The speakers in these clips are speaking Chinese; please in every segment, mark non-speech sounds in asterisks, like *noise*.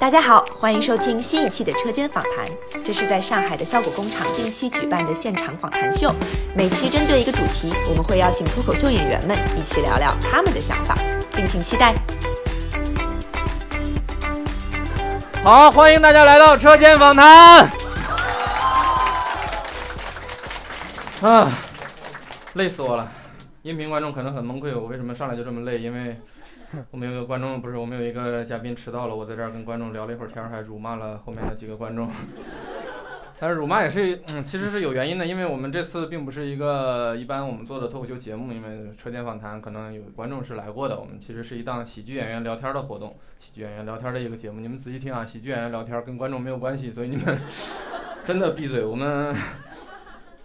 大家好，欢迎收听新一期的车间访谈，这是在上海的效果工厂定期举办的现场访谈秀。每期针对一个主题，我们会邀请脱口秀演员们一起聊聊他们的想法，敬请期待。好，欢迎大家来到车间访谈。啊，累死我了！音频观众可能很崩溃，我为什么上来就这么累？因为我们有一个观众不是，我们有一个嘉宾迟到了，我在这儿跟观众聊了一会儿天儿，还辱骂了后面的几个观众。 *laughs* 但是辱骂也是，嗯，其实是有原因的，因为我们这次并不是一个一般我们做的脱口秀节目，因为车间访谈可能有观众是来过的，我们其实是一档喜剧演员聊天的活动，喜剧演员聊天的一个节目。你们仔细听啊，喜剧演员聊天跟观众没有关系，所以你们 *laughs* 真的闭嘴。我们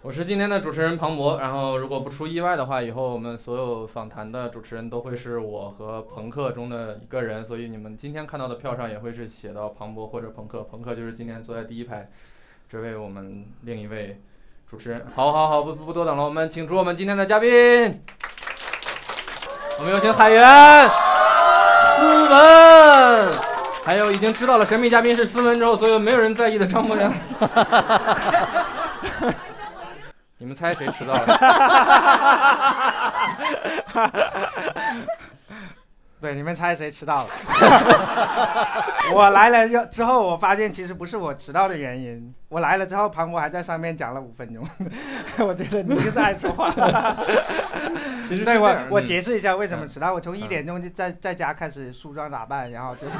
我是今天的主持人庞博，然后如果不出意外的话，以后我们所有访谈的主持人都会是我和朋克中的一个人，所以你们今天看到的票上也会是写到庞博或者朋克，朋克就是今天坐在第一排这位我们另一位主持人。好好好，不不不多等了，我们请出我们今天的嘉宾，我们有请海源、思文，还有已经知道了神秘嘉宾是思文之后，所有没有人在意的张博洋。你们猜谁迟到 *laughs* 了？对，你们猜谁迟到了？ *laughs* 我来了之之后，我发现其实不是我迟到的原因。我来了之后，庞博还在上面讲了五分钟， *laughs* 我觉得你就是爱说话。 *laughs* 其实对是这我样，我嗯解释一下为什么迟到。我从一嗯点钟就在在家开始梳妆打扮，然后就是，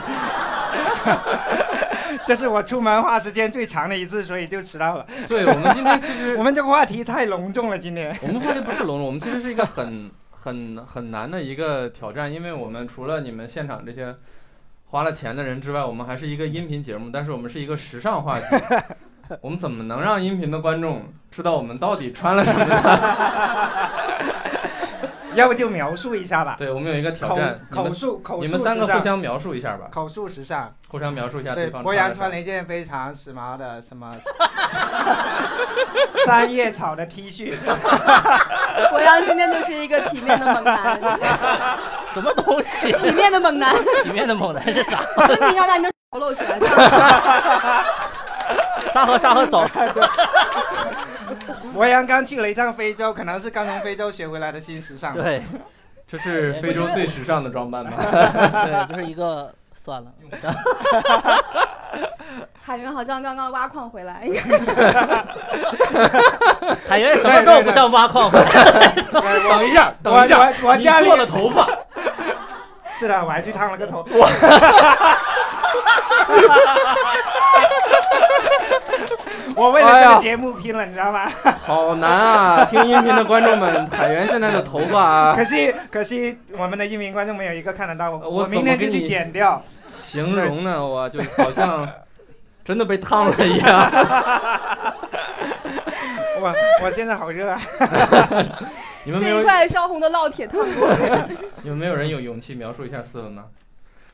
这是我出门花时间最长的一次，所以就迟到了。对我们今天其实 *laughs* 我们这个话题太隆重了，今 *laughs* 天。我们话题不是龙龙，我们其实是一个很很很难的一个挑战，因为我们除了你们现场这些花了钱的人之外，我们还是一个音频节目，但是我们是一个时尚 *laughs* 话题。我们怎么能让音频的观众知道我们到底穿了什么 *laughs* 呢？要不就描述一下吧，对，我们有一个挑口战，你口们述口你述们时三个互尚，相描述一下吧，口述时尚。互相描述一下对，方博洋穿了了一件非常时髦的什么三叶草的 T 恤， *laughs* *laughs* 博洋今天就是一个体面的猛男，什么东西？体面的猛男，里面的猛男是 *laughs* 啥？真的要把你的头露出来。 *laughs* 这样沙河，沙河走。博洋刚去了一趟非洲，可能是刚从非洲学回来的新时尚。对这哎是非洲最时尚的装扮吗？ *laughs* 对，就是一个算了，海云好像刚刚挖矿回来，海源什么时候不像挖矿回 *laughs* 来？等一下，我等一下，我我你家里做了头发，是的，我还去烫了个头。 *laughs* 我为哎了这个节目拼了，你知道吗？好难啊！听音频的观众们，海源现在的头发啊 *laughs* 可惜可惜我们的一名观众没有一个看得到呃我，我我明天就怎么去跟你剪掉。形容呢，我就好像真的被烫了一 *laughs* 样。我我现在好热啊！你们没被有一块烧红的烙铁烫过。有没有人有勇气描述一下斯文呢？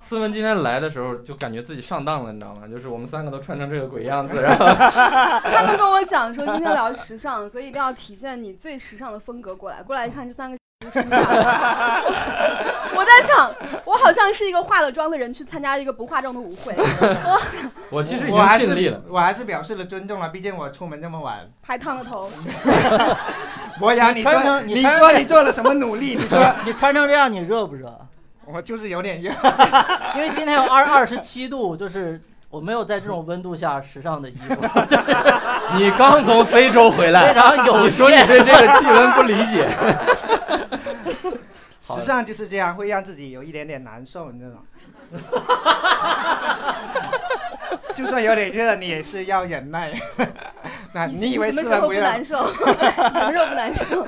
斯文今天来的时候就感觉自己上当了，你知道吗？就是我们三个都穿成这个鬼样子，然后 *laughs* 他们跟我讲说今天聊时尚，所以一定要体现你最时尚的风格过来。过来一看，这三个。我在想，我好像是一个化了妆的人去参加一个不化妆的舞会，我 *laughs* 其实已我还经是尽力了。我还是表示了尊重了，毕竟我出门这么晚。还烫了头。博洋，你你穿说成你你穿说你做了什么努力？你 *laughs* 说你穿成这样你热不热？我就是有点热，因为今天有二二十七度，就是我没有在这种温度下时尚的衣 *laughs* 服，你刚从非洲回非来，常有你说你限。对这个气温不理解。好时尚就是这样，会让自己有一点点难受，你知道吗？ *laughs* 就算有点热，你也是要忍耐。那你以为什斯么时文候不不热？难受？ *laughs* 什么时候不难受？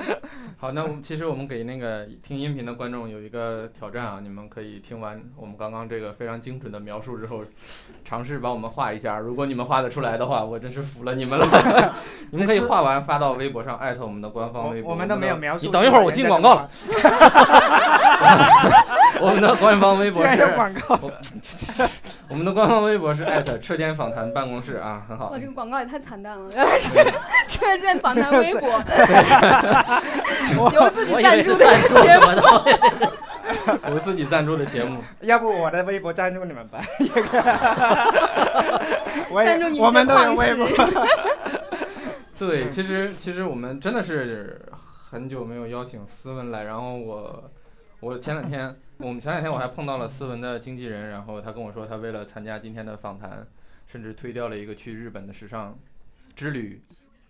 好，那我们其实我们给那个听音频的观众有一个挑战啊，你们可以听完我们刚刚这个非常精准的描述之后，尝试帮我们画一下。如果你们画得出来的话，我真是服了你们了。 *laughs* 你们可以画完发到微博上，艾特我们的官方微博。我们都没有描述。你等一会儿，我进广 *laughs* 告了。。我们的官方 *laughs* 微居博然是有，广告，我们的官方微博是艾特车间访谈办公室啊，很好哇，。这个广告也太惨淡了，原来是车间访谈 *laughs* 微博，由自己我以赞 *laughs* 为助是的赞助节什目，么的，我自己赞助的节目，要不我的微博赞助你们吧， *laughs* 我赞助你也我一些们都有矿微博，石， *laughs* 对，其实其实我们真的是很久没有邀请斯文来，然后我我前两天我们前两天我还碰到了斯文的经纪人，然后他跟我说他为了参加今天的访谈，甚至推掉了一个去日本的时尚之旅。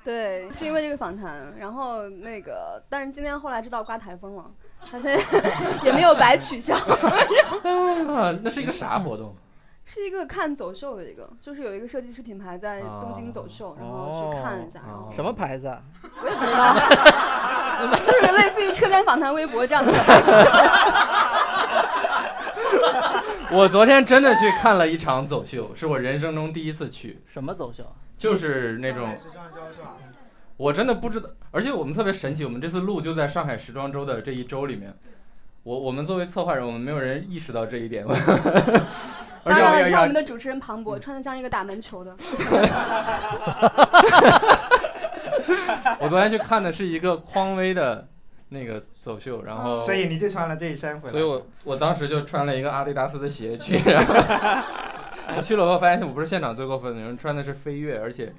对，是因为这个访谈，然后那个，但是今天后来知道刮台风了，他现在 *laughs* 也没有白取消，啊，那是一个啥活动？是一个看走秀的一个，就是有一个设计师品牌在啊东京走秀，然后去看一下，然后 *laughs* 哦什么牌子啊？我也不知道， *laughs* 就是类似于车间访谈微博这样的，我昨天真的去看了一场走秀，是我人生中第一次去，什么走秀啊？就是那种我真的不知道，而且我们特别神奇，我们这次录就在上海时装周的这一周里面。我我们作为策划人，我们没有人意识到这一点。 *laughs* 而当且然我了，有你看有我们的主持人庞博穿的像一个打门球的，我昨天去看的是一个匡威的那个走秀，然后所以你就穿了这一身回来。所以我我当时就穿了一个阿迪达斯的鞋去，然后我去了后发现我不是现场最过分的，有人穿的是飞跃，而且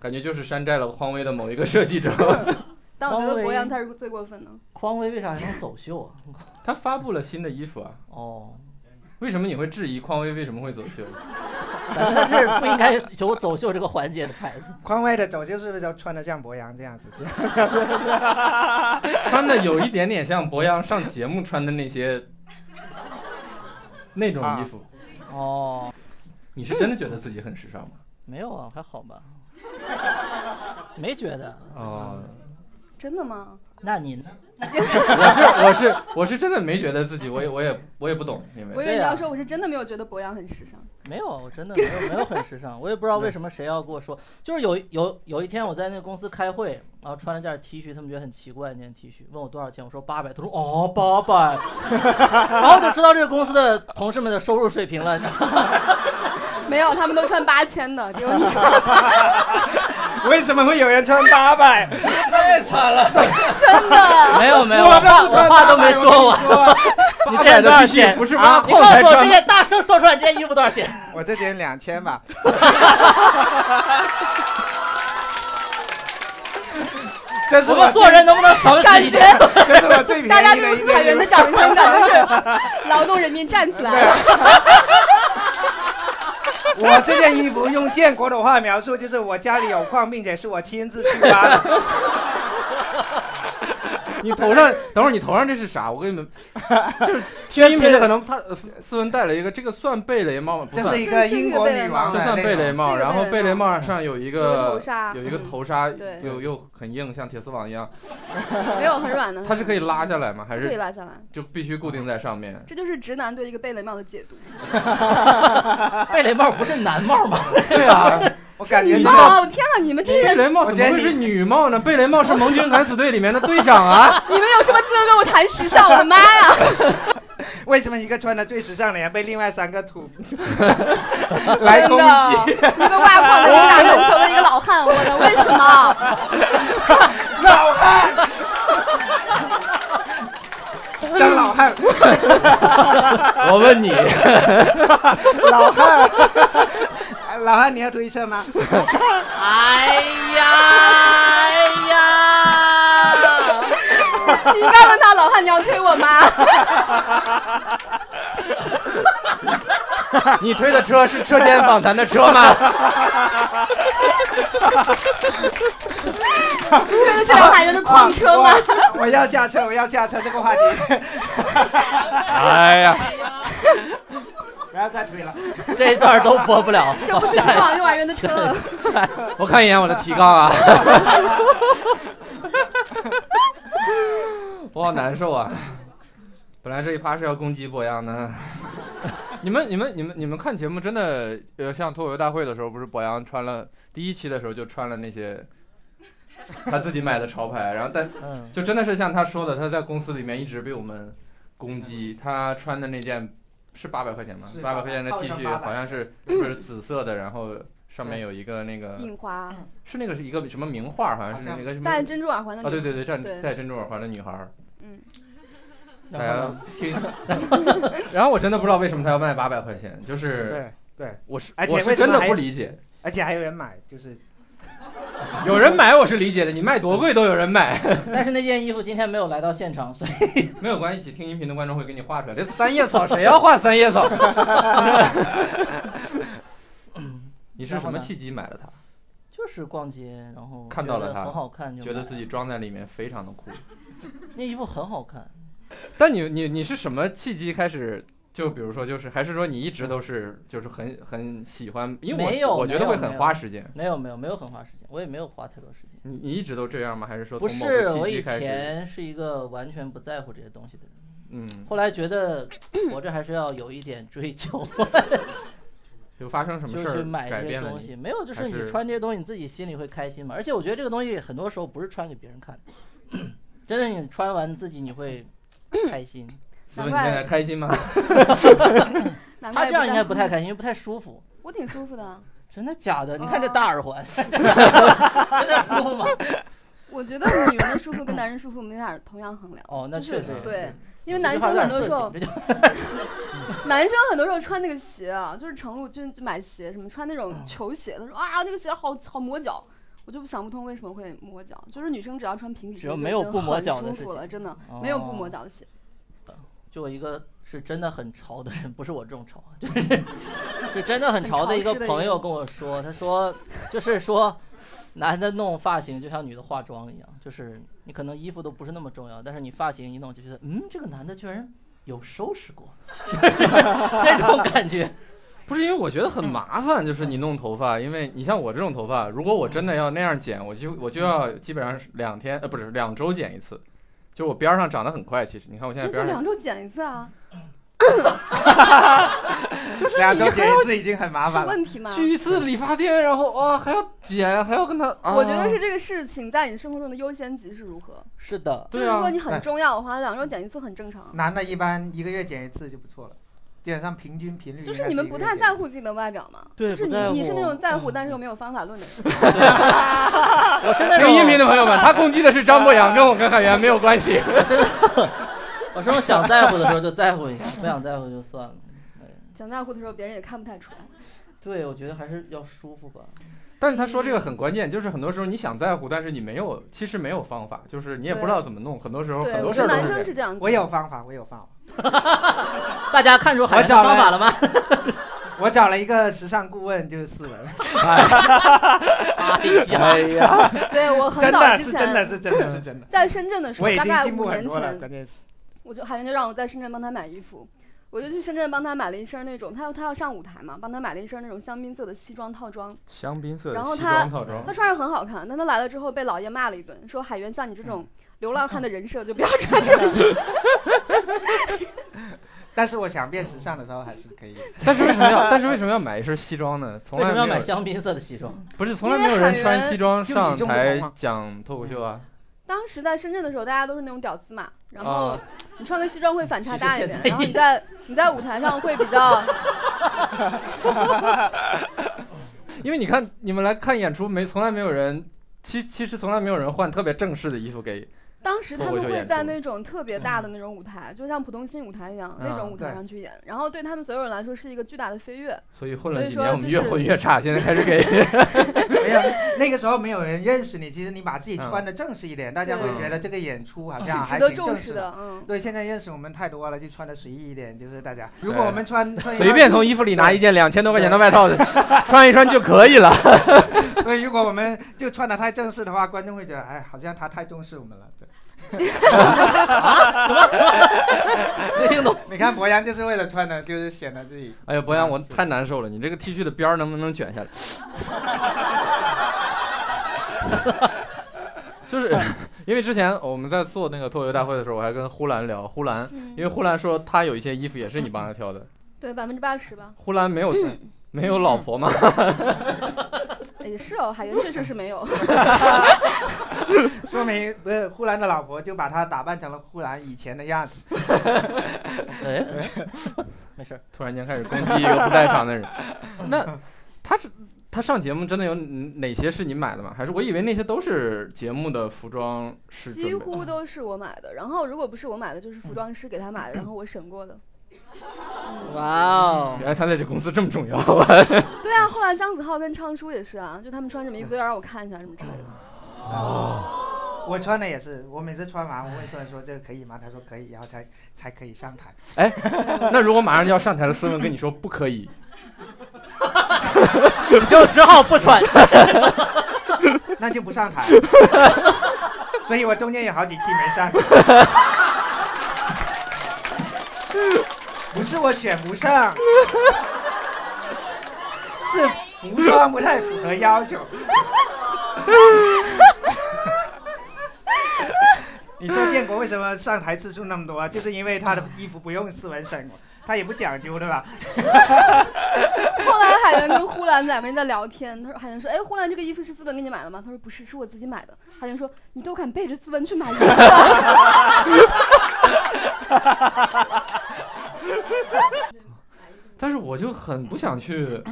感觉就是山寨了匡威的某一个设计者。但我觉王得维博洋才是最过分的。匡威为啥还能走秀啊？ *laughs* 他发布了新的衣服啊，哦，为什么你会质疑匡威为什么会走秀？反正是不应该有走秀这个环节的牌子。匡威的走秀是不是都穿的像博洋这样子？ *laughs* 穿的有一点点像博洋上节目穿的那 *laughs* 些那种衣服。啊哦，你是真的觉得自己很时尚吗？没有啊，还好吧，没觉得。哦，真的吗？那你呢？我是我是我是真的没觉得自己，我也我也我也不懂，啊因我为以为你要说我是真的没有觉得博洋很时尚。没有，我真的没有没有很时尚，我也不知道为什么谁要跟我说，就是有有有一天我在那个公司开会，然后穿了件 T 恤，他们觉得很奇怪，那件 T 恤问我多少钱，我说八百，他说哦八百， *laughs* 然后就知道这个公司的同事们的收入水平了。 *laughs* 没有，他们都穿八千 *laughs* 的，只有你穿。为什么会有人穿八百？太惨了。没有没有，我我都话不穿我话都没800说完，啊你这800多少的 T 恤钱？不是挖啊，你矿告诉才我穿这件大声说出来，这件衣服多少钱？我这点两千吧。 *laughs* 这是我我们做人能不能诚实一点？最，这是我 *laughs* 最便宜的大家对一于件裁员的衣服掌声，感觉是劳动人民站起来啊了。我这件衣服用建国的话描述就是我家里有矿，并且是我亲自去挖 *laughs* 的。你头上，等会儿你头上这是啥？我跟你们，就是听音频的可能他呃斯文戴了一个，这个算贝雷帽吗？不这算是，一个英国女王这的算贝雷帽。这个贝雷帽然后贝雷帽上有一有个个头纱有一个头纱，对又又很硬，像铁丝网一样。没有很软的，它是可以拉下来吗？还嗯可以是拉下来。就必须固定在上 *laughs* 面？这就是直男对一个贝雷帽的解读。 *laughs* 贝雷帽不是男帽吗？对啊，我感觉你这知道哦天哪，你们这些贝人，雷帽怎么会是女帽呢？贝雷帽是盟军敢死队里面的队长啊！你们有什么资格跟我谈时尚？我的妈呀！ *laughs* 为什么一个穿的最时尚的人被另外三个 *laughs* 土 *laughs* 来攻击？真的，一个外矿的，一个打篮球的，一个老汉，我的为什么？ *laughs* 老汉， *laughs* 张老汉， *laughs* 我问你， *laughs* *laughs* 老汉， *laughs* 老汉，你要推车吗？哎呀哎呀！你应该问他老汉，你要推我 *laughs* 吗？你推的车是车间访谈的车吗？你推的是两百元的矿车吗？啊我我要下车，我要下车，这个话题 *laughs* *laughs* 哎呀，不要再推了。这一段都播不了。 *laughs* 这不是推往幼儿园的车。我看一眼我的提纲 *laughs* 啊，我好难受啊！本来这一趴是要攻击博洋的，你们你们你们你们看节目真的，呃，像脱口秀大会的时候，不是博洋穿了第一期的时候就穿了那些他自己买的潮牌，然后但嗯，就真的是像他说的，他在公司里面一直被我们攻击。他穿的那件嗯是八百块钱吗是？八百块钱的套 T 上恤800好像是是不是紫色的？然后上面有一个那个 *laughs* 印花是那个是一个什么名画，好像是好像那个什么戴珍珠耳环的啊对女，对对，戴对戴珍珠耳环的女孩儿。嗯，然哎后呀呢，听， *laughs* 然后我真的不知道为什么他要卖八百块钱， *laughs* 就是对对，我是而且我为是什真么的还不理解，而且还有人买，就是有人买我是理解的，你卖多贵都有人买，但是那件衣服今天没有来到现场，所以没有关系，听音频的观众会给你画出来。这三叶草谁要画三叶 *laughs* 草？你是什么契机买了它？就是逛街，然后看到了觉得它很好看，就觉得买自了己装在里面非常的酷。那衣服很好看，但你你你是什么契机开始？就比如说，就是还是说你一直都是就是很很喜欢，因没为有我我觉得没有会很花时间。没有没有没有很花时间，我也没有花太多时间。你你一直都这样吗？还是说不从某是，个我契机以开始？前是一个完全不在乎这些东西的人，嗯，后来觉得活着还是要有一点追求，有发生什么就事是去儿买改这些变了东你？西。没有，就还是你是穿这些东西，你自己心里会开心嘛。而且我觉得这个东西很多时候不是穿给别人看的， *coughs* 真的你穿完自己你会 *coughs* 开心。思文，你现在开心吗？难怪他这样应该在不太开心，因为不太舒服。嗯我挺舒服的啊。真的假的？你看哦这大耳环， *laughs* 真的舒服吗？我觉得女人的舒服跟男人舒服没法同样衡量。哦，那就确是实也是对，因为这男句话生有点很多色时候情，这就男生很多时候穿那个鞋啊，就是程璐就就买鞋什么穿那嗯种球鞋，他说啊这个鞋好好磨脚，我就不想不通为什么会磨脚。就是女生只要穿平底鞋，只要没有不磨脚的舒事服情了，真的没有不磨哦脚的鞋。就我一个是真的很潮的人， *laughs* 不是我这种潮啊，就是 *laughs* 就真的很潮的一个朋友跟我说，他说就是说，男的弄发型就像女的化妆一样，就是你可能衣服都不是那么重要，但是你发型一弄就觉得，嗯，这个男的居然有收拾过， *laughs* 这种感觉。不是因为我觉得嗯很麻烦，就是你弄头发，因为你像我这种头发，如果我真的要那样嗯剪，我就我就要基本上是两天呃不是两周剪一次，就我边儿上长得很快，其实你看我现在那边就儿两上周剪一次啊，两周剪一次已经很麻是烦了。问题吗？去一次理发店，然后啊还要剪，还要跟他，啊、我觉得是这个事情在你生活中的优先级是如何。是的，就是对如啊果，你很对哎嗯重要的话，两周剪一次很正常。男的一般一个月剪一次就不错了，基本上平均频率应该就是是你们一个不月太剪一在次。乎自己的外表嘛？对就是不你在你是那乎种嗯在乎，但是又没有方法论的人。我是那听音频的种朋友 *laughs* 们，他攻击的是张博洋，跟我跟海源没有关系。我是那种想在乎的时候就在乎一下，不想在乎就算了。想在乎的时候，别人也看不太出来。对，我觉得还是要舒服吧。但是他说这个很关键，就是很多时候你想在乎，但是你没有，其实没有方法，就是你也不知道怎么弄，很多时候很对，多我事觉儿得都男是这样。生是这样子。我有方法，我有方法。大家看出海我的找方法来了吗？我找了一个时尚顾问，就是思 *laughs* 文，哎呀哎呀，对我很真早的之是真的前是真的是真的。在深圳的时候我，已大经概进步五很年多了，关前，键是我就海源就让我在深圳帮他买衣服，我就去深圳帮他买了一身那种，他要他要上舞台嘛，帮他买了一身那种香槟色的西装套装，香槟色的然后西他装套装他，穿上很好看，但他来了之后被老爷骂了一顿，说海源像你这种流浪汉的人设就不要穿这个。但是我想变时尚的时候还是可以。 *laughs* 但是为什么要？但是为什么要买一身西装呢？从为来什没么有要买香槟色的西装？不是从来没有人穿西装上因为海台源就与众不同嘛讲脱口秀啊。当时在深圳的时候，大家都是那种屌丝嘛，然后啊你穿个西装会反差大一其点实，现在然后你在你在舞台上会比较。因为你看你们来看演出没，从来没有人，其其实从来没有人换特别正式的衣服给。当时他脱口们秀会演在出那种特别大的那种舞台，就像浦东新舞台一样、那啊种舞台对上去演，然后对他们所有人来说是一个巨大的飞跃。所以混了所以几说年，我们就越是混越差，现在开始 *laughs* 给。没有，那个时候没有人认识你，其实你把自己穿的正式一点，大家会对觉得这个演出好像是值还得挺重正视的。的，嗯。对，现在认识我们太多了，就穿的随意一点，就是大家。如果我们穿穿一随套便从衣服里拿一件两千多块钱的外套，穿一穿就可以了。对，如果我们就穿的太正式的话，观众会觉得，哎，好像他太重视我们了。对，没听懂。你看博洋就是为了穿的，就是显得自己。哎呀，博洋，我太难受了，你这个 T 恤的边儿能不能卷下来？ *laughs* 就是因为之前我们在做那个脱口秀大会的时候，我还跟呼兰聊，呼兰，因为呼兰说他有一些衣服也是你帮他挑的，嗯对，百分之八十吧，呼兰没有嗯没有老婆吗？也是哦。海源确实是没有，说明不是呼兰的老婆就把他打扮成了呼兰以前的样子。哎，没事儿， *laughs* 突然间开始攻击一个不在场的人，那他是他上节目真的有哪些是你买的吗？还是我以为那些都是节目的服装是准备几乎都是我买的。然后如果不是我买的，就是服装师给他买的，然后我审过的。哇哦，原来他在这公司这么重要对啊，后来姜子浩跟昌叔也是啊，就他们穿什么衣服都要让我看一下什么之类的。我穿的也是，我每次穿完，我问思文说这个可以吗？他说可以，然后才才可以上台。 *laughs* 那如果马上就要上台了，思文跟你说不可以，就只好不穿。那就不上台了。所以我中间有好几期没上台。不是我选不上，是服装不太符合要求。你说建国为什么上台次数那么多啊？就是因为他的衣服不用斯文审过，他也不讲究，对吧？ *laughs* 后来海源跟呼兰在们在聊天，他说海源说，哎，呼兰这个衣服是思文给你买的吗？他说不是，是我自己买的。海源说，你都敢背着思文去买衣服 *laughs* 啊？ *laughs* 但是我就很不想去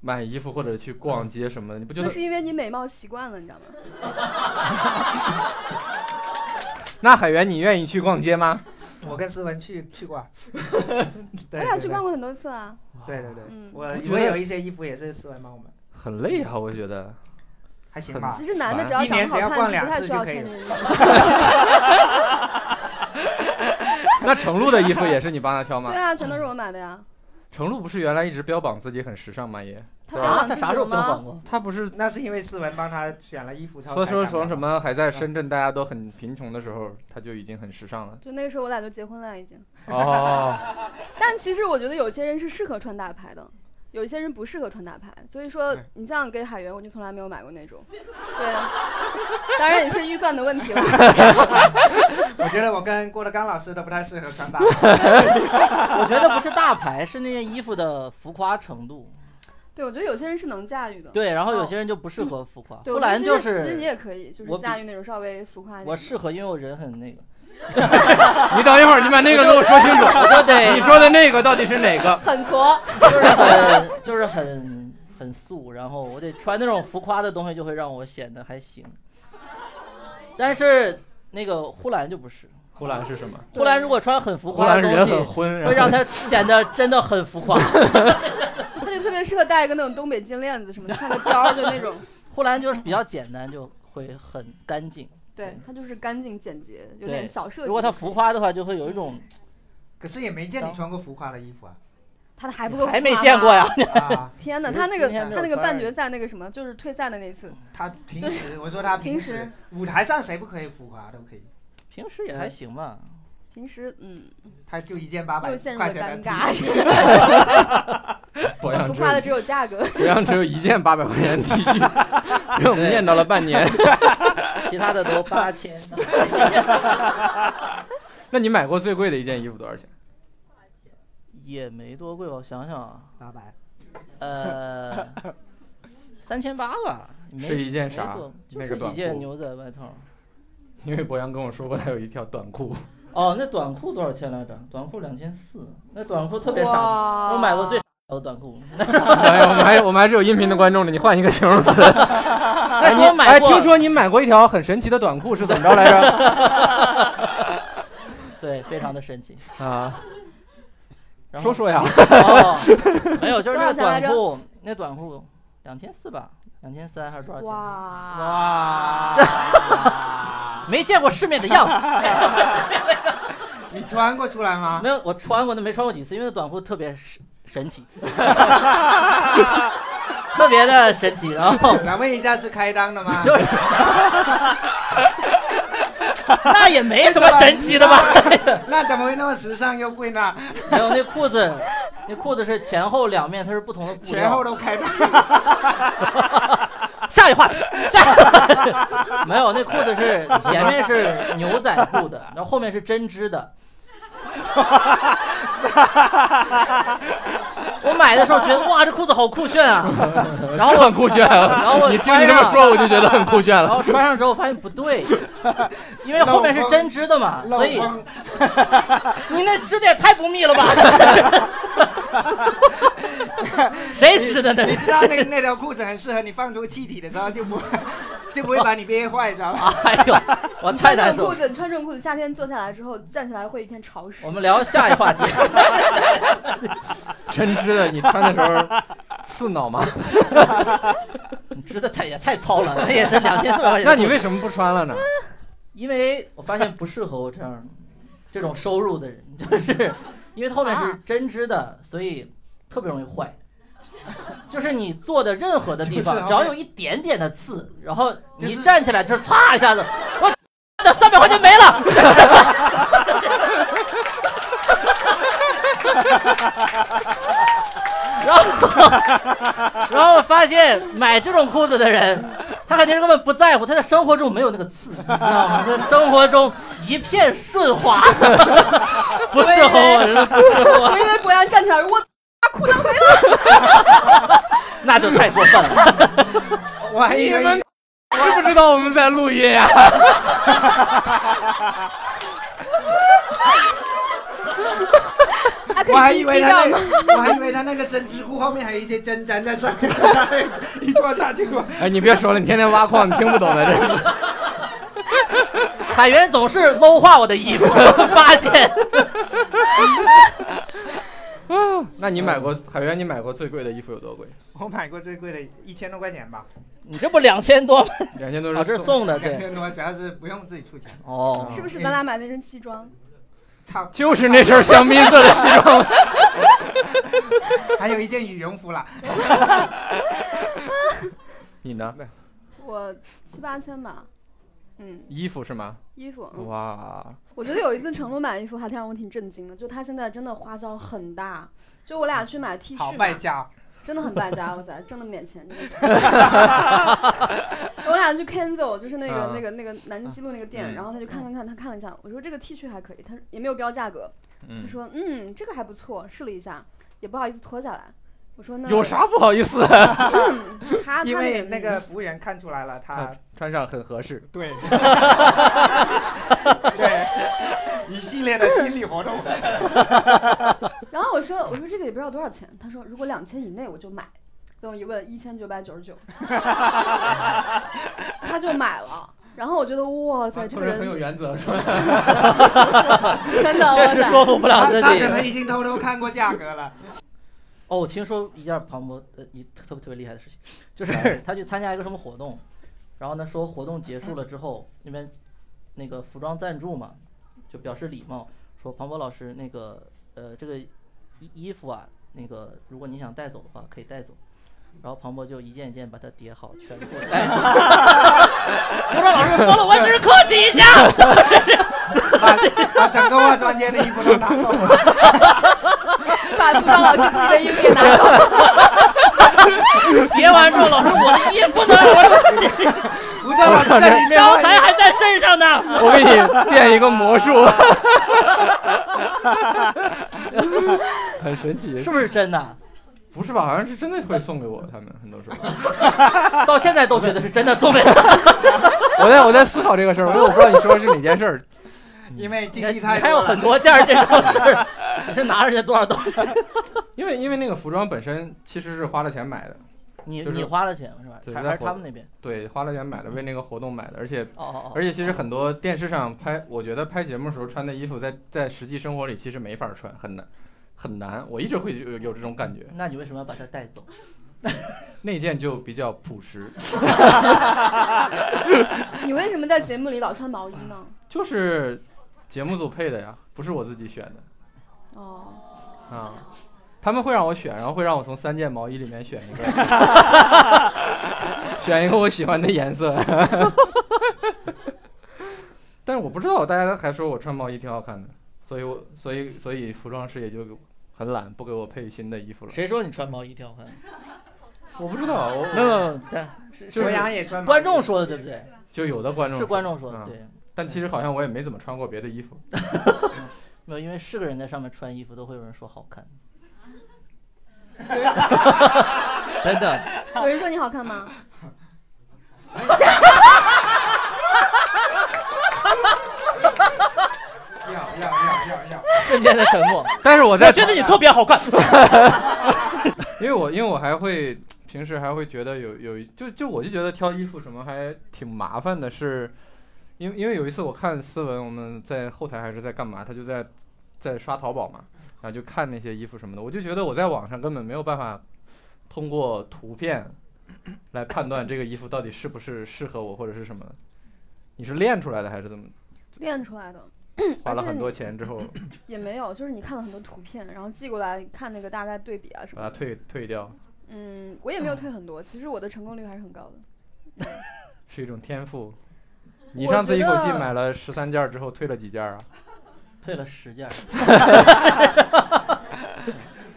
买衣服或者去逛街什么的，你不觉那得是因为你美貌习惯了，你知道吗？那海源，你愿意去逛街吗？我跟思文去去过，啊对我俩去对逛过很多次啊。对对对，嗯我觉我得有一些衣服也是斯文帮我们，很累啊，我觉得。还行吧其。实男的只要啊一年长只要得逛好看，两不太次需就要可以穿了这个衣服。 *laughs* 那程璐的衣服也是你帮他挑吗 *laughs* 对？啊，全都是我买的呀。程璐不是原来一直标榜自己很时尚吗？也，他对 *laughs* 标啊榜啊，他自己 *laughs* 啥时候了标吗榜？过？他不是那是因为思文帮他选了衣服，他说说说什么？么还在深圳，大家都很贫穷的时候，他就已经很时尚了。就那个时候我俩就结婚了已经。 *laughs* 哦，但其实我觉得有些人是适合穿大牌的，有一些人不适合穿大牌。所以说对，你像给海源，我就从来没有买过那种。对，啊当然也是预算的问题 *laughs* 了。我觉得我跟郭德纲老师都不太适合穿搭。我觉得不是大牌，是那件衣服的浮夸程度。对，我觉得有些人是能驾驭的。对，然后有些人就不适合浮夸，哦对，呼我觉得兰其就实其实你是也可以，就我是比驾驭那种稍微浮夸一点的。我适合，因为我人很那个。 *laughs* 你等一会儿，你把那个 *laughs* 给我说清楚。我就得你说的那个到底是哪个？ *laughs* 很挫。 *laughs* 就是很 *laughs* 就是很很素，然后我得穿那种浮夸的东西，就会让我显得还行。但是那个呼兰就不是， *laughs* 呼兰是什么？呼兰如果穿很浮呼夸兰的人东很西，昏，*laughs* 会让他显得真的很浮 *laughs* 夸。他就特别适合戴一个那种东北金链子什么的，穿个貂儿就 *laughs* *laughs* 那种。呼兰就是比较简单，就会很干净。对，他就是干净简洁，有对点小设计。如果他浮，夸的话，就会有一种可是也没见你穿过浮夸的衣服 *laughs* 啊！他的还不够。还没见过呀。。啊，天哪，只是他那个今天没有他那个穿而半已决赛那个什么，就是退赛的那次，他平时我说他平平时时舞台上谁不可以浮夸都可以，平时也还行吧。平时嗯他就一件八百又陷入了块尴钱的尬 T 恤。。 *laughs* *laughs* 不让浮只夸的有只有价格，不让只有一件八百块钱的 T 恤， *laughs* 让我们念叨了半年。其他的都八千。 *laughs* 那你买过最贵的一件衣服多少钱？也没多贵吧，我想想啊，八百，呃，三千八吧，没是一件啥没多就那是个短一件裤牛仔外套。因为博洋跟我说过，他有一条短 *laughs* 裤。哦，那短裤多少钱来着？短裤两千四，那短裤特别傻，哇我买过最傻的短裤。哎呀，我们还我们还是有音频的观众的，你换一个形容词。 *laughs* 哎，说你买哎，过听说你买过一条很神奇的短裤，是怎么着来着？对，非常的神奇。 *laughs* 啊，然 *laughs* 说后说呀。哦， *laughs* 没有，就是那个多少钱来短着裤，那短裤两千四吧，两千三还是多少钱？哇，啊 *laughs* 哇！没见过世面的样子，你穿过出来 *laughs* 吗？没有，我穿过，那没穿过几次，因为那短裤特别神神 *laughs* 奇，特别的神奇。然后来问一下是开裆的吗？就是，那也没什么神奇的吧？那怎么会那么时尚又贵呢？没有，那裤子，那裤子是前后两面，它是不同的布料。前后都开裆。 *laughs* 下一话题，下 *laughs* 没有，那裤子是前面是牛仔裤的，然后后面是针织的。我买的时候觉得哇，这裤子好酷炫啊！然 *laughs* 后是很酷炫啊，然后我你听你这么说，我就觉得很酷炫然后了。穿上之后发现 *laughs* 不对，因为后面是针织的嘛，漏所以 *laughs* 风，你那织的也太不密了吧！ *laughs* 谁吃的那你是？知道那个那条裤子很适合你放出气体的时候，就不 *laughs* 就不会把你憋坏，知道吧？ *laughs* 哎呦，我你太穿这难种受裤了。子，你穿这种裤子，夏天坐下来之后，站起来会一天潮湿。我们聊下一话题。 *laughs* 真知的，你穿的时候刺挠吗？你吃的太也太糙了，那也是两千四百块钱。那你为什么不穿了呢？因为我发现不适合我 *laughs* 这样这种收入的人， *laughs* 就是因为后面啊是针织的，所以特别容易坏。 *laughs* 就是你坐的任何的地就是方，啊只要有一点点的刺，然后你就一是站起来就是唰一下子，我的三百块钱没了。 *laughs* 然后， *laughs* 然后我发现买这种裤子的人，他肯定是根本不在乎，他在生活中没有那个刺，你知道吗？这生活中一片顺滑， *laughs* 不适合我，真的不 *laughs* 适合我 *laughs* 我以为博洋站起来，我裤裆没了。 *laughs* 那就太过分了。我还以 *laughs* 你为们知不知道我们在录音呀、啊？还可我还以以低为调他吗？那 *laughs* 个，我还以为他那个针织裤后面还有一些针粘在上面， *laughs* 一拖下去过。哎，你别说了，你天天挖矿，你听不懂的，真是。海源总是搂化我的衣服， *laughs* 发现那你买过海源？你买过最贵的衣服有多贵？我买过最贵的一千多块钱吧，你这不两千多吗？两千多哦，这是送的，两对，千多，主要是不用自己出钱，哦，是不是咱俩买那身西装？差不就是那身香槟色的西装。 *laughs* 多还有一件羽绒服啦。你呢？我七八千吧。嗯，衣服是吗？衣服，嗯哇，我觉得有一次承诺买衣服还挺让我挺震惊的，就他现在真的花销很大。就我俩去买 T 好恤败吧，家，真的很败家，哇塞，挣那么点钱。真的我俩去 Kenzo，就是那个啊那个那个南京西路那个店，嗯然后他就看看看，他看了一下，我说这个 T 恤还可以，他说也没有标价格，他嗯，说嗯这个还不错，试了一下，也不好意思脱下来。我说那嗯有啥不好意思？他 *laughs* 因他为那个服务员看出来了，他穿上很合适。啊对，对，一系列的心理活动。然后我说我说这个也不知道多少钱，他说如果两千以内我就买，最后一问一千九百九 *laughs* 十九，他就买了。然后我觉得哇塞，这做个啊人很有人原则，是吧？真的，确哇实塞说服不了他自他可能己。已经偷偷看过价格了。哦，我听说一件庞博呃一特别特别厉害的事情，就是他去参加一个什么活动，然后呢说活动结束了之后，那边那个服装赞助嘛，就表示礼貌，说庞博老师那个呃这个衣衣服啊，那个如果你想带走的话可以带走。然后庞博就一件一件把它叠好，全部 *laughs* 带走。服装老师说了，我只是客气一下。把把整个化妆间的衣服都拿走了，把服装老师自己的衣服也拿走，别完之后，老师我的衣服呢？ *laughs* 我吴教老师在里面刚才还在身上呢。我给你变一个魔 *laughs* 术，很神奇。是不是真的？啊不是吧？好像是真的会送给我，他们很多时候。 *laughs* 到现在都觉得是真的送给他。 *laughs* 我在我在思考这个事儿，因为我不知道你说的是哪件事儿。因为经你历太还有多很了。多件儿这种事儿，你是拿着人家多少东西？因为因为那个服装本身其实是花了钱买的，你就是你花了钱是吧对？还在还是活他们那边？对，花了钱买的，为那个活动买的，而且哦哦而哦。且其实很多电视上拍，我觉得拍节目的时候穿的衣服在，在实际生活里其实没法穿，很难很难。我一直会有有这种感觉，那你为什么要把它带走？那件就比较朴实，你为什么在节目里老穿毛衣呢？就是节目组配的呀，不是我自己选的哦，啊。他们会让我选，然后会让我从三件毛衣里面选 *laughs* 一个，选一个我喜欢的颜色。 *laughs* 但是我不知道，大家还说我穿毛衣挺好看的，所以我所以所以服装师也就很懒，不给我配新的衣服了。啊谁说你穿毛衣挺好看？我不知道，我没有没有没有，但是博是洋也穿毛衣观众说的对不对？就有的观众是观众说的嗯对。但其实好像我也没怎么穿过别的衣服。没有，因为是个人在上面穿衣服，都会有人说好看。真的，有人说你好看吗？要要要要要，瞬间的沉默。但是我我在觉得你特别好看。因为我因为我还会平时还会觉得有有一就就我就觉得挑衣服什么还挺麻烦的是，因为因为有一次我看思文我们在后台还是在干嘛，他就在在刷淘宝嘛，然后就看那些衣服什么的，我就觉得我在网上根本没有办法通过图片来判断这个衣服到底是不是适合我或者是什么的，你是练出来的还是怎么的？练出来的。花了而且很多你钱之后也没有，就是你看了很多图片，然后寄过来看那个大概对比啊什把么它的。退退掉，嗯，我也没有退很多，其实我的成功率还是很高的。是一种天赋。你我上次觉一口气得买了十三件儿之后退了几件儿啊？退了十件儿，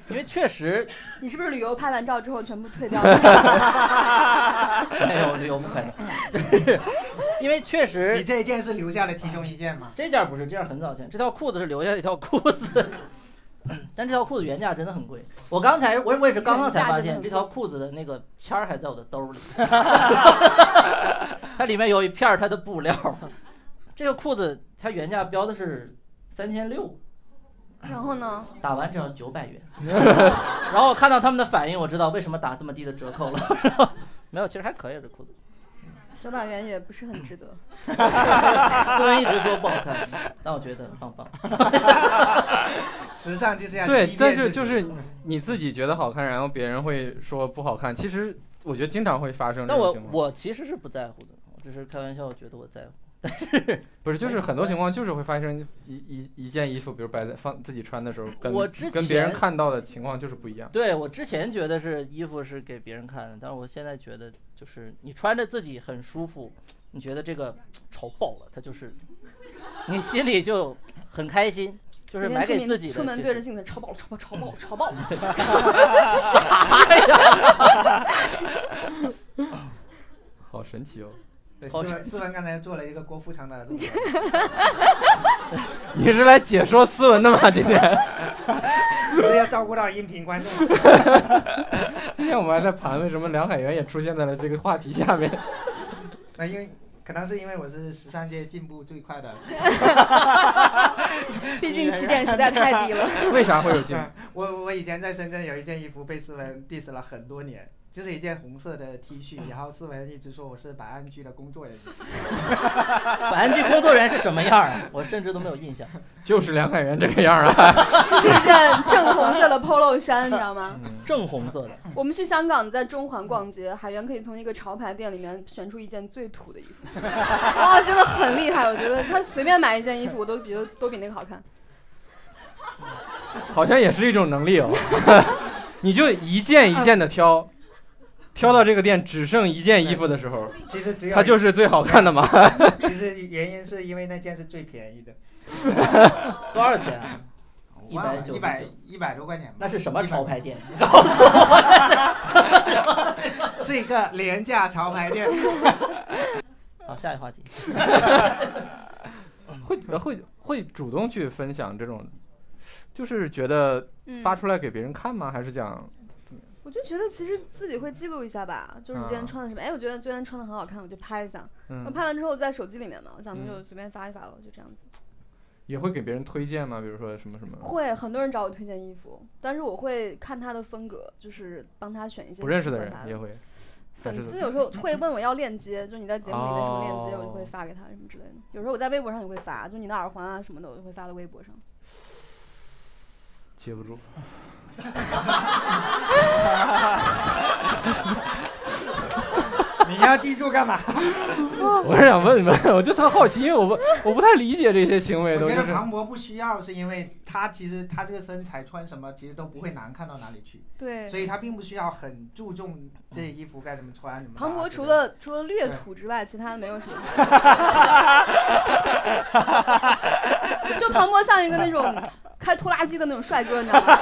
因为确实你是不是旅游拍完照之后全部退掉 *laughs* 了？ *laughs* 没有旅游不可能，因为确你实这一件是留下了其中一件吗？这件儿不是这件儿很早前，这条裤子是留下一条裤子， *laughs* 但这条裤子原价真的很贵。我刚才我我也是刚刚才发现这条裤子的那个签儿还在我的兜里， *laughs* 它里面有一片儿它的布料。这个裤子它原价标的是三千六，然后呢？打完只要九百元。 *laughs* 然后我看到他们的反应，我知道为什么打这么低的折扣了。 *laughs* 然后没有，其实还可以这裤子。九百元也不是很值得。虽然一直说不好 *laughs* 看，但我觉得棒棒。时尚就是要对欺，骗但是自己就是你自己觉得好看，然后别人会说不好看。其实我觉得经常会发生这但种我情况，我其实是不在乎的，我只是开玩笑，我觉得我在乎。不是就是很多情况就是会发生一一一件衣服，比如摆在放自己穿的时候，跟我之跟别人前看到的情况就是不一样。对我之前觉得是衣服是给别人看的，但是我现在觉得就是你穿着自己很舒服，你觉得这个潮爆了，它就是你心里就很开心，就就是买给自己的。出门对着其镜实子超爆了，超爆，超爆，超 *laughs* 爆！好神奇 *laughs* 哦！对好思文思文刚才做了一个郭富城的动 *laughs* 作，你是来解说斯文的吗？今天不是要照顾到音频观众吗。今天我们还在盘为什么梁海源也出现在了这个话题下面。那因为可能是因为我是时尚界进步最快的，毕竟起点实在太 *laughs* 低了。为啥会有进步？嗯 *laughs* 我我以前在深圳有一件衣服被思文 diss 了很多年，就是一件红色的 T 恤，然后思文一直说我是百安居的工作人员。保安局工作人员是什么样啊？我甚至都没有印象。就是梁海源这个样儿啊！这是一件正红色的 polo 衫，你知道 *laughs* 吗？正红色的，我们去香港，在中环逛街，海源可以从一个潮牌店里面选出一件最土的衣服， *laughs* 哇，真的很厉害！我觉得他随便买一件衣服，我都比都比那个好看。好像也是一种能力哦。 *laughs* 你就一件一件的挑，挑到这个店只剩一件衣服的时候，其实只有，它就是是最好看的嘛。 *laughs* 其实原因是因为那件是最便宜的，多少钱啊？我忘了199一百一百多块钱吧。那是什么潮牌店？ *laughs* 是一个廉价潮牌店。好，下一个话题。会会会主动去分享这种，就是觉得嗯，发出来给别人看吗？还是讲我就觉得其实自己会记录一下吧，就是你今天穿的什么，哎，我觉得今天穿的很好看，我就拍一下。那啊嗯拍完之后在手机里面嘛，我想着就随便发一发了，就这样子。也会给别人推荐吗？比如说什么什么会很多人找我推荐衣服，但是我会看他的风格，就是帮他选一件不认识适的合人他也会，还粉是丝有时候会问我要链接，就你在节目里面什么链接，我就会哦发给他什么之类的。有时候我在微博上也会发，就你的耳环啊什么的，我就会发到微博上。接不住。你要记住干嘛？哦我是想问问， *laughs* 我就特好奇，因为我不我不太理解这些行为我都觉就得是庞博不需要，是因为他其实他这个身材穿什么其实都不会难看到哪里去，对所，以他并不需要很注重这衣服该怎么穿。怎么搭庞博之除类的了除了略土之外，其他的没 *laughs* 有什么。就庞博像一个那种 *laughs* 开拖拉机的那种帅哥，你知道吗？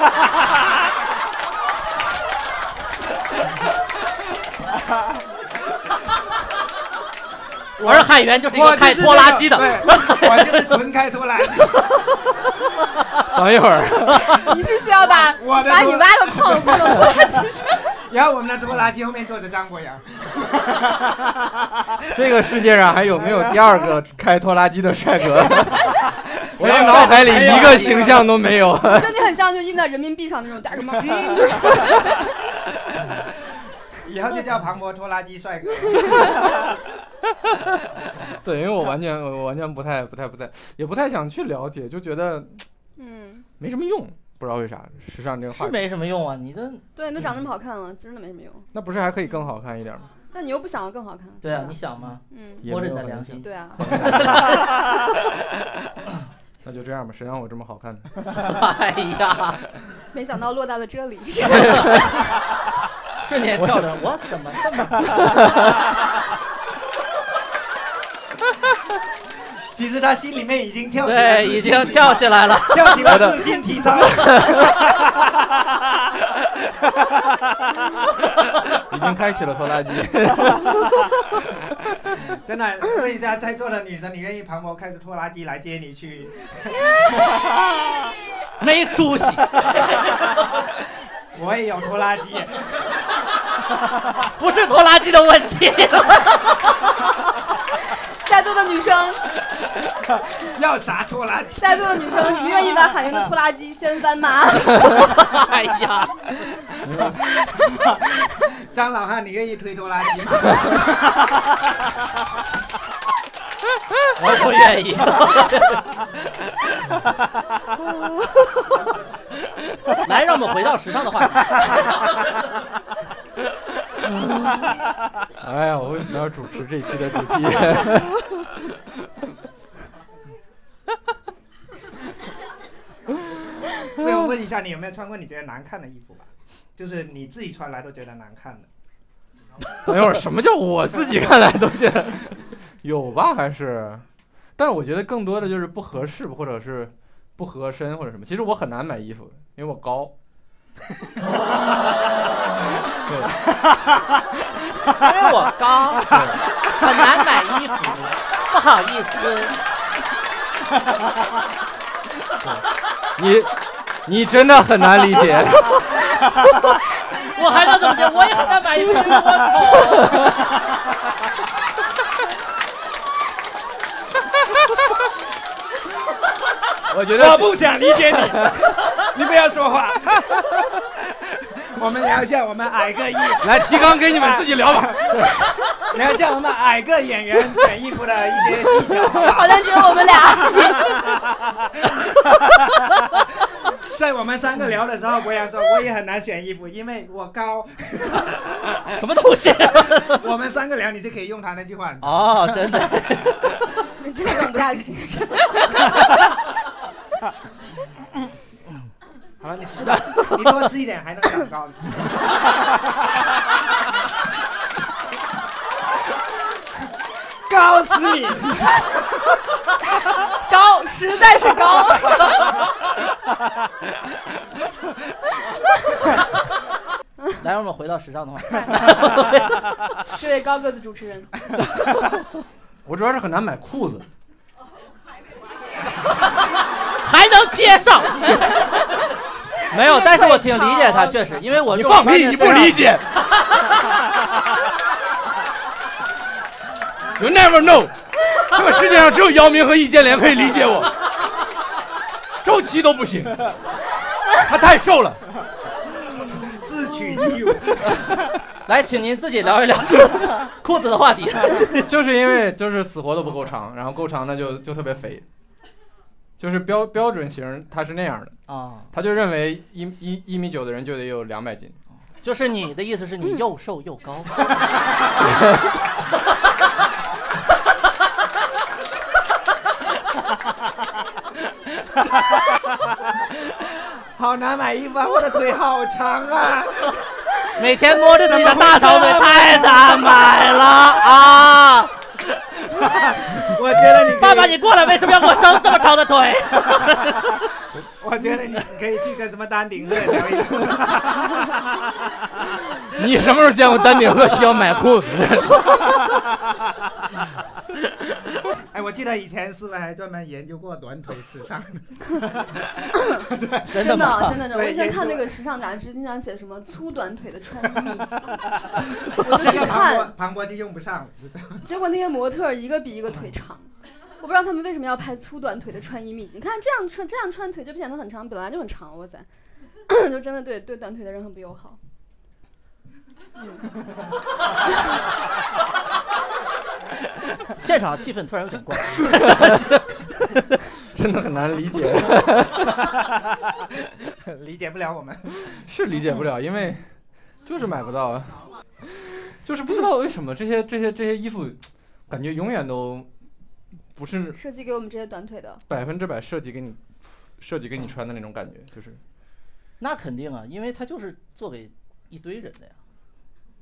我是海源，就是一我个开拖拉机 *laughs* 的。对，我就是纯开拖拉机。 *laughs* 等一会儿， *laughs* 你是需要把我的把你拖挖个 *laughs* 矿放到拖拉机上。然后我们的拖拉机后面坐着张国阳， *laughs* 这个世界上还有没有第二个开拖拉机的帅哥？ *laughs* 我的脑海里一个形象都没有。 *laughs* 就你很像就印在人民币上那种大 *laughs* 什么， *laughs* 以后就叫庞博拖拉机帅哥。对，因为我完全我完全不太不太不太也不太想去了解，就觉得嗯，没什么用，不知道为啥。时尚这个话题，是没什么用啊，你的对，你都长那么好看了，真的没什么用。那不是还可以更好看一点吗？但你又不想要更好看，对啊，吧你想嘛，嗯，也摸没着有你的很良想心， *laughs* 对啊，那就这样吧，谁让我这么好看呢？哎呀，没想到落到了这里， *laughs* 瞬间跳着，我怎么这么 *laughs* 其实他心里面已经跳起来对，自已信体操，经跳起来了。跳起了自信体操。 *laughs* 已经开启了拖拉机， *laughs* 真的，问一下在座的女生，你愿意庞博开着拖拉机来接你去？ *laughs* 没出息。 *laughs* 我也有拖拉机，不是拖拉机的问题。在座的女生， *laughs* 要啥拖拉 *laughs* 机？在座的女生，你们愿意把海云的拖拉机掀翻吗？ *laughs* 哎呀，张老汉，你愿意推拖拉机吗？我不愿意。 *laughs* 来，让我们回到时尚的话题。哎呀，我为什么要主持这期的主题？ *laughs* 没有，问一下你有没有穿过你觉得难看的衣服吧？就是你自己穿来都觉得难看 *laughs* 的。等一会儿，什么叫我自己看来都觉得 *laughs* 有吧？还是，但是我觉得更多的就是不合适，或者是不合身或者什么。其实我很难买衣服，因为我高。 *laughs* 对，因为哎我 *laughs* 刚，很难买衣服，不好意思。你，你真的很难理解。 *laughs* 我还能怎么着？我也很难买衣服，因为 *laughs* 我丑。我觉得不想理解你， *laughs* 你不要说话。我们聊一下我们矮个艺，来提纲给你们自己聊吧。 *laughs* 聊一下我们矮个演员选衣服的一些技巧，好不 *laughs* 好好像只有我们俩。 *laughs* 在我们三个聊的时候，博洋说我也很难选衣服，因为我高。 *laughs* 什么东西？我们三个聊，你就可以用他那句话。哦，真的。 *laughs* 你真的整不下去，好了，你吃 *laughs* 吧，你多吃一点还能长高。 *laughs* 高死你！高实在是高。来，让我们回到时尚的话题。 *laughs* 这位高个子主持人，我主要是很难买裤子，还能接上。没有，但是我挺理解他，确实，因为我你这种放穿屁，着你不非常理解。You never know，这个世界上只有姚明和易建联可以理解我，周琦都不行，他太瘦了。自取其辱。来，请您自己聊 *laughs* 一聊裤子的话题。就是因为就是死活都不够长，然后够长的就就特别肥，就是标标准型他是那样的，啊，他就认为一一一米九的人就得有两百斤，就是你的意思是你又瘦又高，好难买衣服啊！我的腿好长啊！每天摸着自己的大长腿，太难买了 *laughs* 啊！我觉得你可以爸爸，你过来，为什么要给我生这么长的腿？ *laughs* *laughs* 我觉得你可以去跟什么丹 *laughs* 顶鹤聊一聊。 *laughs* 你什么时候见过丹顶鹤需要买裤子？ *laughs* 哎，我记得以前思维还专门研究过短腿时尚。真真吗？啊的真的真的，我对以前研究看那个时尚杂志，经常写什么粗短腿的穿衣秘 *laughs* 籍，我我就去 *laughs* 庞博看，庞博就用不上， *laughs* 结果那些模特儿一个比一个腿长，我不知道他们为什么要拍粗短腿的穿衣秘籍。你看这样穿，这样穿腿就显得很长，本来就很长，哇塞， *coughs* 就真的对对短腿的人很不友好。现场气氛突然很怪。真的很难理解，理解不了我们。是理解不了，因为就是买不到，啊，就是不知道为什么这些这些这些衣服，感觉永远都不是设计给我们这些短腿的，百分之百设计给你设计给你穿的那种感觉，就是那肯定啊，因为它就是做给一堆人的呀。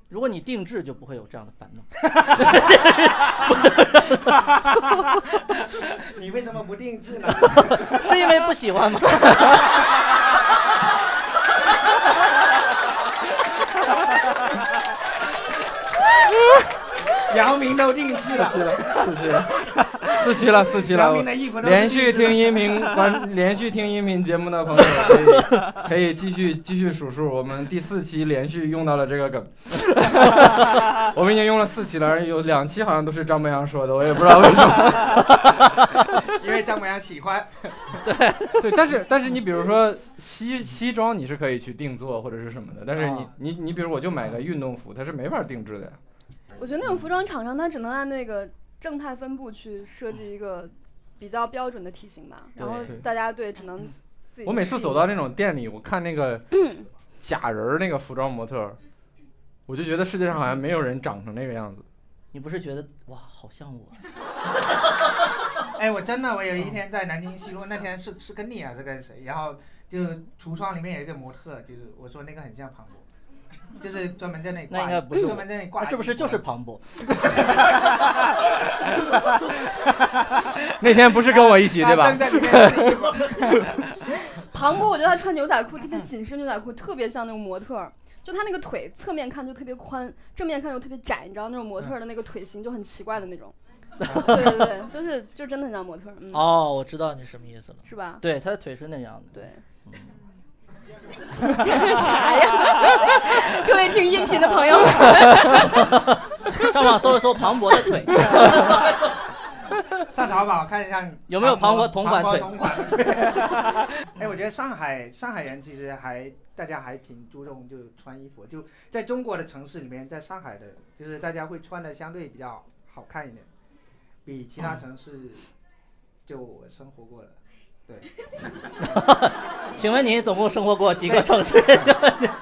如果你定制，就不会有这样的 *laughs* 烦恼。 *laughs* 你为什么不定制呢？是因为不喜欢吗？ *laughs* 姚明都定制了，四期了，四期了姚，明的衣服都是连续听音频观，连续听音频节目的朋友可以可以继续继续数数，我们第四期连续用到了这个梗， *laughs* 我们已经用了四期了，而有两期好像都是张博洋说的，我也不知道为什么。因为张博洋喜欢。对，但是但是你比如说西西装你是可以去定做或者是什么的，但是你、啊你你比如我就买个运动服，它是没法定制的呀。我觉得那种服装厂商他只能按那个正态分布去设计一个比较标准的体型吧，哦然后对大家对只能自己。我每次走到那种店里，我看那个假人儿那个服装模特儿，我就觉得世界上好像没有人长成那个样子。你不是觉得哇，好像我？哎，我真的，我有一天在南京西路，那天是是跟你还是跟谁？然后就橱窗里面有一个模特，就是我说那个很像庞博，就是专门在那里挂那应该不是我专门在那里挂那衣服，啊是不是就是庞博？那天不是跟我一起他对吧正？在里面试衣服庞博，我觉得他穿牛仔裤，特别紧身牛仔裤，特别像那种模特儿，就他那个腿侧面看就特别宽，正面看又特别窄，你知道那种模特儿的那个腿型就很奇怪的那种。对对 *laughs* 对，就是就真的很像模特儿，嗯，哦，我知道你什么意思了。是吧？对，他的腿是那样 *laughs* 的。对。啥呀？ *laughs* 各位听音频的朋友， *laughs* 上网搜一搜庞博的 *laughs* 腿，上淘宝看一下有没有庞庞博博同庞款博腿同款 *laughs* 腿哎，我觉得上海上海人其实还大家还挺注重就穿衣服，就在中国的城市里面，在上海的，就是大家会穿的相对比较好看一点，比其嗯他城市就我生活过了。请问您总共生活过几个城市？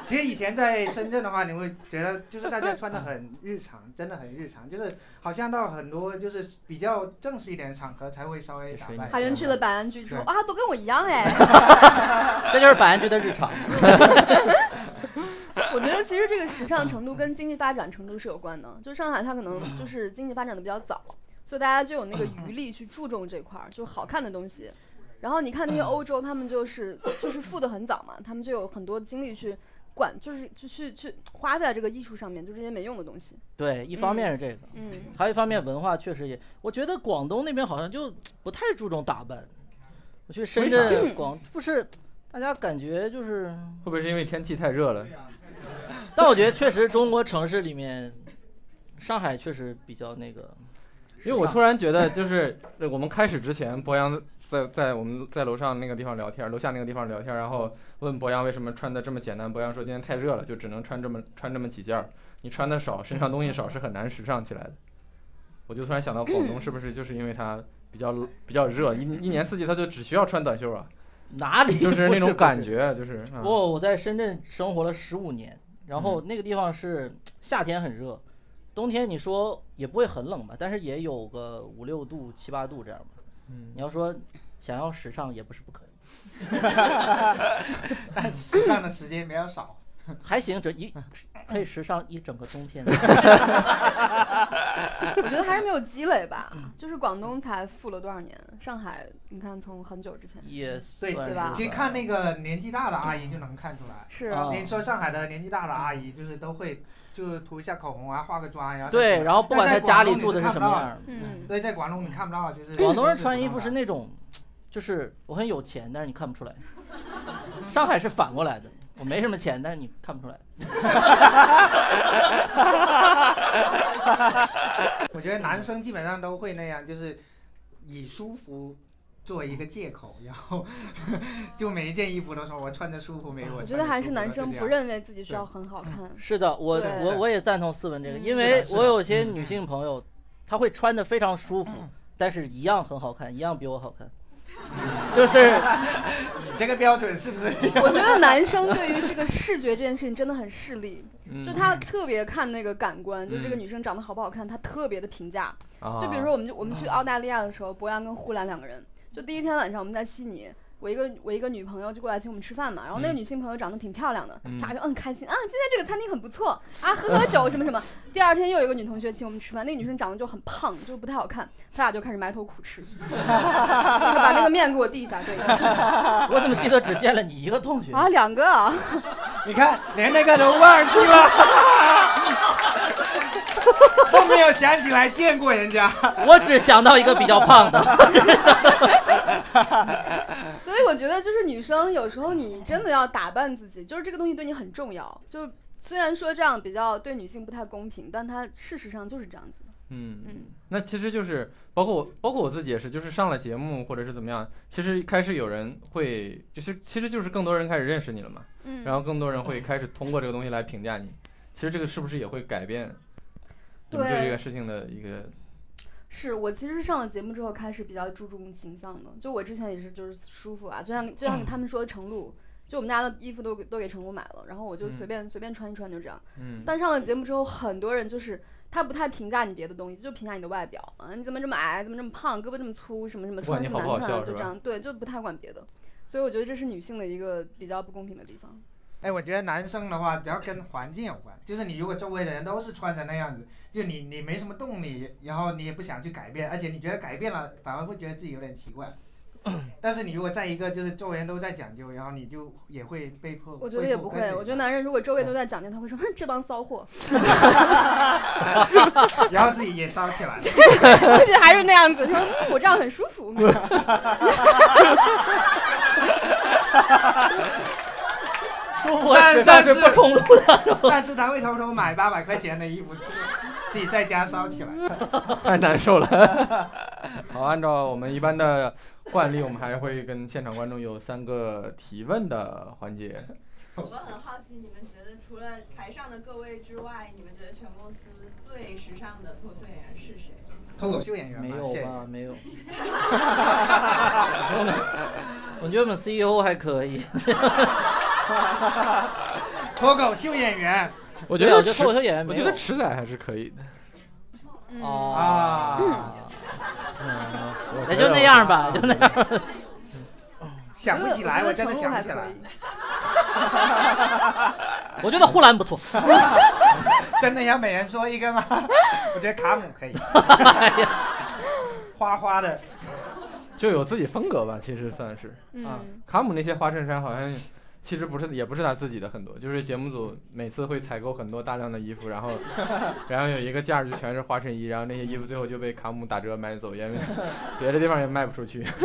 其实以前在深圳的话，你会觉得就是大家穿的很日常，真的很日常，就是好像到很多就是比较正式一点的场合才会稍微打扮一下。海源去了百安剧之后啊，都跟我一 *laughs* 样哎。这就是百安居的日常。 *laughs* 我觉得其实这个时尚程度跟经济发展程度是有关的，就上海它可能 *laughs* 就是经济发展的比较早，所以大家就有那个余力去注重这块儿，就好看的东西。然后你看嗯那些欧洲，他们就是就是富的很早嘛，他们就有很多精力去管，就是就去去花在这个艺术上面，就这些没用的东西。对，一方面是这个，嗯，还有一方面文化确实也，我觉得广东那边好像就不太注重打扮。我去深为圳、广不是，大家感觉就是，会不会是因为天气太热了？ *laughs* 但我觉得确实中国城市里面，上海确实比较那个。因为我突然觉得，就是呃我们开始之前，博洋在在我们在楼上那个地方聊天，楼下那个地方聊天，然后问博洋为什么穿的这么简单。博洋说今天太热了，就只能穿这么穿这么几件儿。你穿的少，身上东西少是很难时尚起来的。我就突然想到，广东是不是就是因为它比较比较热，一一年四季它就只需要穿短袖啊，哪里就不是是那种感。不是觉，就是啊我我在深圳生活了十五年，然后嗯那个地方是夏天很热，冬天你说也不会很冷吧，但是也有个五六度、七八度这样吧。你要说想要时尚也不是不可以，但时尚的时间比较少。还行，这一可以时尚一整个冬天。 *laughs* 我觉得还是没有积累吧，就是广东才富了多少年，上海你看从很久之前也算对是对吧其实看那个年纪大的阿姨就能看出来。是啊你说上海的年纪大的阿姨，就是都会就是涂一下口红啊，化个妆，然后对，然后不管他家里住的是是什么样，嗯，对，在广东你看不到，就是广东人穿衣服是那种，就是我很有钱，但是你看不出来。上海是反过来的，我没什么钱，但是你看不出来。我觉得男生基本上都会那样，就是以舒服做一个借口，然 *laughs* 后就每一件衣服都说我穿着舒服啊没有？我觉得还是男生不认。认为自己需要很嗯好看。是的，我对我我也赞同思文这个，嗯因为是的是的我有些女性朋友，她会穿的非常舒服，但是一样很好看，一样比我好看，就是你这个标准是不是？ *laughs* 我觉得男生对于这个视觉这件事情真的很势利，嗯就他特别看那个感官，就这个嗯女生长得好不好看，他特别的评价。啊就比如说，我们就我们去澳大利亚的时候，博洋跟呼兰两个人，就第一天晚上我们在悉尼。我一个我一个女朋友就过来请我们吃饭嘛，然后那个嗯女性朋友长得挺漂亮的，嗯她就嗯开心啊，今天这个餐厅很不错 *laughs* 啊，喝喝酒什么什么。第二天又有一个女同学请我们吃饭，那个女生长得就很胖，就不太好看，他俩就开始埋头苦吃， *laughs* 那个把那个面给我递一下， *laughs* 对我怎么记得只见了你一个同学？啊，两个啊，你看，连那个都忘记了， *laughs* 都没有想起来见过人家。我只想到一个比较胖的，所以我觉得，就是女生有时候你真的要打扮自己，就是这个东西对你很重要。就是虽然说这样比较对女性不太公平，但它事实上就是这样子的。嗯嗯，那其实就是包括我，包括我自己也是，就是上了节目或者是怎么样，其实开始有人会，就是其实就是更多人开始认识你了嘛，嗯然后更多人会开始通过这个东西来评价你。其实这个是不是也会改变你们对对这个事情的一个？是我其实上了节目之后开始比较注重形象的，就我之前也是就是舒服啊，就像嗯就像他们说的程璐，就我们家的衣服都给都给程璐买了，然后我就随便、随便穿一穿就这样。嗯，但上了节目之后，很多人就是他不太评价你别的东西，就评价你的外表啊，你怎么这么矮，怎么这么胖，胳膊这么粗，什么什么，不管穿你这么好不好难看啊，笑是就吧这样，对，就不太管别的。所以我觉得这是女性的一个比较不公平的地方。哎，我觉得男生的话，只要跟环境有关，就是你如果周围的人都是穿成那样子，就你你没什么动力，然后你也不想去改变，而且你觉得改变了，反而会觉得自己有点奇 *coughs* 怪。但是你如果在一个就是周围人都在讲究，然后你就也会被迫。我觉得也不会，我觉得男人如果周围都在讲究，他会说这帮骚货， *laughs* 得，然后自己也骚起来了。而且还是那样子说，嗯我这样很舒服。舒服实在是不冲突的。但是他会偷偷买八百块钱的衣服，自己在家烧起来。太难受了。 *laughs* 好，按照我们一般的惯例，我们还会跟现场观众有三个提问的环节。我很好奇，你们觉得除了 *laughs* 台上的各位之外，你们觉得全公司最时尚的脱口秀演员是谁？ *laughs* 脱口秀演员没嘛，有谢谢吧？没有。我觉得我们 CEO 还可以， *laughs* *laughs* 脱口秀演员我觉对啊得我觉得池脱口秀演员我没觉有得池仔还是可以的。哦嗯，啊嗯，嗯也就那样吧，就那样。想不起来，我我觉真得的程璐想不还起可来以，。我觉得呼兰不错。 *laughs* 真的要每人说一个吗？我觉得卡姆 *laughs* 可以，哎呀花花的，就有自己风格吧，其实算是。嗯，卡姆那些花衬衫好像其实不是，也不是他自己的很多，就是节目组每次会采购很多大量的衣服，然后然后有一个架儿就全是花衬衣，然后那些衣服最后就被卡姆打折买走，因为别的地方也卖不出去。 *laughs*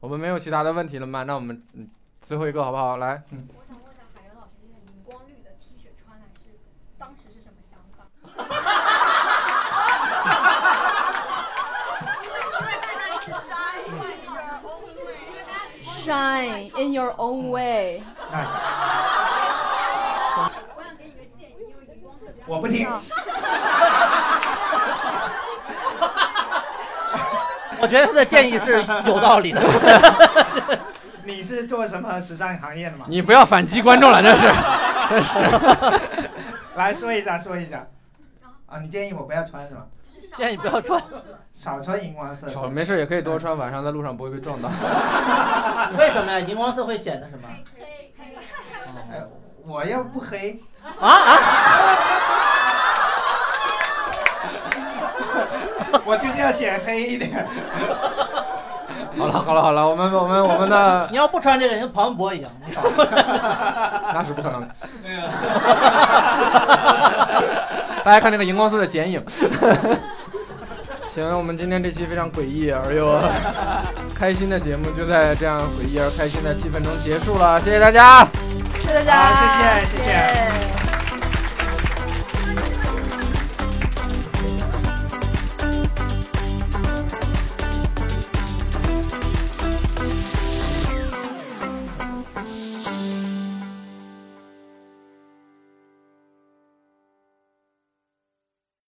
我们没有其他的问题了吗？那我们嗯最后一个好不好？来，嗯，我想问一下海源老师，这个荧光绿的 T 恤穿来是当时是什么想法？因为大家一直刷一块一个 Shine in your own way。哎我想给你个建议，因为荧光色比较我不听。 *laughs* 我觉得他的建议是有道理的。你是做什么时尚行业的吗？你不要反击观众了，这是，这是。 *laughs* *laughs* 来说一下，说一下。啊，你建议我不要穿是吗？就是少建议不要穿荧光色少穿荧光色。少没事也可以多穿，晚上在路上不会被撞到。 *laughs* 为什么呀？荧光色会显得什么？黑黑哎，我要不黑， *laughs* 啊啊！我就是要显黑一点。 *laughs* 好了好了好了，我们我们我们的你要不穿这个，你跟庞博一样。那是不可能的。 *laughs* 大家看这个荧光色的剪影。 *laughs* 行，我们今天这期非常诡异而又开心的节目，就在这样诡异而开心的气氛中结束了，谢谢大家。谢谢大家，好谢谢谢谢谢